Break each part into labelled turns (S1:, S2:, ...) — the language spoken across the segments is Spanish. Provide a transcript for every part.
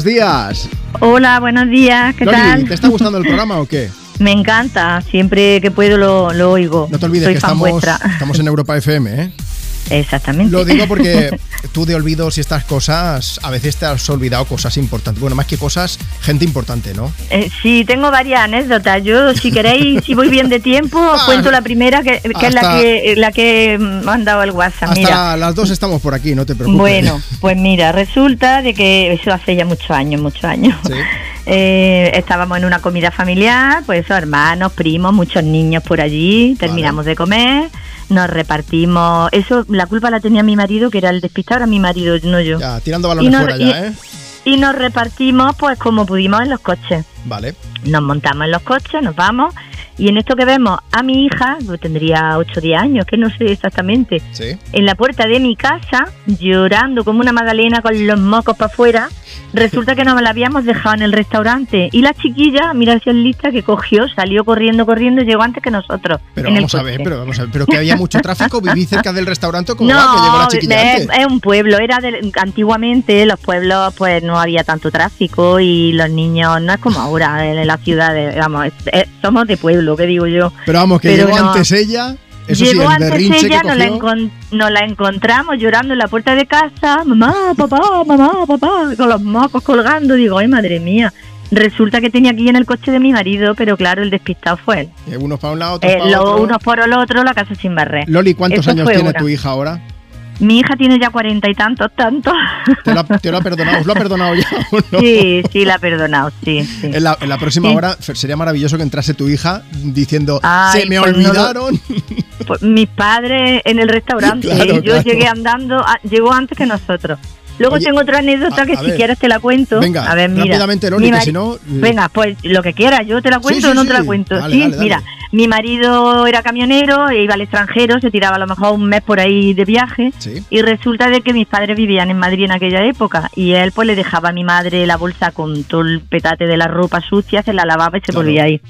S1: Buenos días.
S2: Hola, buenos días, ¿qué
S1: Loli,
S2: tal?
S1: ¿te está gustando el programa o qué?
S2: Me encanta, siempre que puedo lo, lo oigo.
S1: No te olvides
S2: Soy
S1: que
S2: fan
S1: estamos,
S2: vuestra.
S1: estamos en Europa FM, ¿eh?
S2: Exactamente.
S1: Lo digo porque tú de olvidos y estas cosas, a veces te has olvidado cosas importantes. Bueno, más que cosas, gente importante, ¿no?
S2: Eh, sí, tengo varias anécdotas. Yo, si queréis, si voy bien de tiempo, os
S1: Ah,
S2: cuento la primera, que, que es la
S1: hasta-
S2: que, eh, la que he mandado el WhatsApp.
S1: Hasta
S2: Mira.
S1: las dos estamos por aquí, no te preocupes.
S2: Bueno, pues mira, resulta de que eso hace ya muchos años, muchos años.
S1: Sí.
S2: Eh, estábamos en una comida familiar, pues eso, hermanos, primos, muchos niños por allí,
S1: Vale.
S2: terminamos de comer, nos repartimos. Eso, la culpa la tenía mi marido, que era el despistado, era mi marido, no yo.
S1: Ya, tirando balones
S2: Y no-
S1: fuera ya, ¿eh?
S2: Y nos repartimos, pues como pudimos, en los coches.
S1: Vale.
S2: Nos montamos en los coches, nos vamos. Y en esto que vemos a mi hija, que tendría 8 o 10 años, que no sé exactamente,
S1: Sí.
S2: en la puerta de mi casa, llorando como una magdalena con los mocos para afuera. Resulta que nos la habíamos dejado en el restaurante. Y la chiquilla, mira si es lista, que cogió, salió corriendo, corriendo, y llegó antes que nosotros.
S1: Pero
S2: en el
S1: vamos a
S2: coche.
S1: ver, pero vamos a ver. Pero que había mucho tráfico, viví cerca del restaurante, como va, que llegó la
S2: No,
S1: chiquilla
S2: es,
S1: antes.
S2: es un pueblo, era del- antiguamente los pueblos pues no había tanto tráfico y los niños no es como ahora en las ciudades, vamos, es- es- somos de pueblo, que digo yo.
S1: Pero vamos, que
S2: pero
S1: llegó
S2: no.
S1: antes ella. Eso sí,
S2: Llegó
S1: el
S2: antes
S1: berrinche
S2: ella,
S1: que
S2: nos, la
S1: cogió.
S2: encon- nos la encontramos llorando en la puerta de casa, mamá, papá, mamá, papá, con los mocos colgando, digo, ay madre mía. Resulta que tenía aquí en el coche de mi marido, pero claro, el despistado fue él.
S1: Eh, unos para un lado, otros
S2: Eh,
S1: para
S2: lo-
S1: otro.
S2: unos por el otro, la casa sin barrer.
S1: Loli, ¿cuántos
S2: Eso
S1: años
S2: fue
S1: tiene
S2: una.
S1: tu hija ahora?
S2: Mi hija tiene ya cuarenta y tantos, tantos.
S1: Te lo, ha, te lo ha perdonado, ¿os lo ha perdonado ya o no?
S2: Sí, sí, la ha perdonado, sí. sí.
S1: En la, en la próxima
S2: Sí.
S1: hora fe- sería maravilloso que entrase tu hija diciendo
S2: Ay,
S1: se me
S2: pues no lo-
S1: olvidaron.
S2: Pues mis padres en el restaurante,
S1: Claro,
S2: yo
S1: claro.
S2: llegué andando, a- llegó antes que nosotros. Luego
S1: Oye,
S2: tengo otra anécdota
S1: a-
S2: que
S1: a
S2: si
S1: ver.
S2: quieres te la cuento.
S1: Venga,
S2: a ver, mira.
S1: rápidamente, Loli,
S2: Mi
S1: que
S2: mari-
S1: si no. eh,
S2: Venga, pues lo que quieras, yo te la cuento
S1: sí,
S2: o no
S1: sí.
S2: te la cuento.
S1: Vale,
S2: sí,
S1: dale, dale.
S2: mira, mi marido era camionero, e iba al extranjero, se tiraba a lo mejor un mes por ahí de viaje.
S1: Sí,
S2: Y resulta de que mis padres vivían en Madrid en aquella época y él pues le dejaba a mi madre la bolsa con todo el petate de la ropa sucia, se la lavaba y se
S1: Claro.
S2: volvía ahí.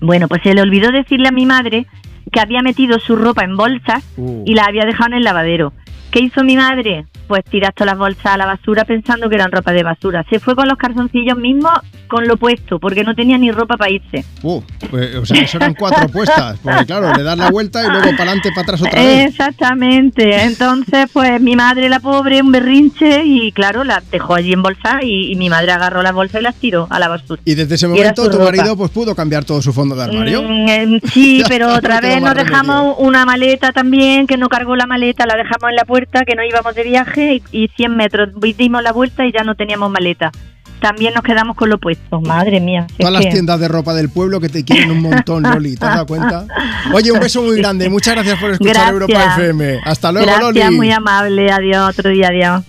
S2: Bueno, pues se le olvidó decirle a mi madre que había metido su ropa en bolsas
S1: Uh.
S2: y la había dejado en el lavadero. ¿Qué hizo mi madre? Pues tirar todas las bolsas a la basura pensando que eran ropa de basura. Se fue con los calzoncillos mismos con lo puesto porque no tenía ni ropa para irse.
S1: Uh, pues, o sea, que eso eran cuatro puestas. Porque claro, le das la vuelta y luego para adelante, para atrás otra
S2: Eh,
S1: vez.
S2: Exactamente. Entonces, pues mi madre, la pobre, un berrinche y claro, la dejó allí en bolsa y, y mi madre agarró las bolsas y las tiró a la basura.
S1: Y desde ese
S2: y era
S1: momento
S2: su
S1: tu
S2: ropa.
S1: marido pues pudo cambiar todo su fondo de armario.
S2: Mm, eh, sí,
S1: Ya
S2: pero
S1: está,
S2: otra
S1: no queda
S2: vez
S1: más
S2: nos
S1: remedio.
S2: dejamos una maleta también, que no cargó la maleta, la dejamos en la puerta, que no íbamos de viaje y, y 100 metros y dimos la vuelta y ya no teníamos maleta. También nos quedamos con lo puesto, madre mía. si es
S1: Todas las
S2: que-
S1: tiendas de ropa del pueblo que te quieren un montón, Loli, ¿te has dado cuenta? Oye, un beso muy grande. Muchas gracias por escuchar
S2: Gracias.
S1: Europa FM. Hasta luego,
S2: Gracias,
S1: Loli.
S2: muy amable, adiós, otro día, adiós.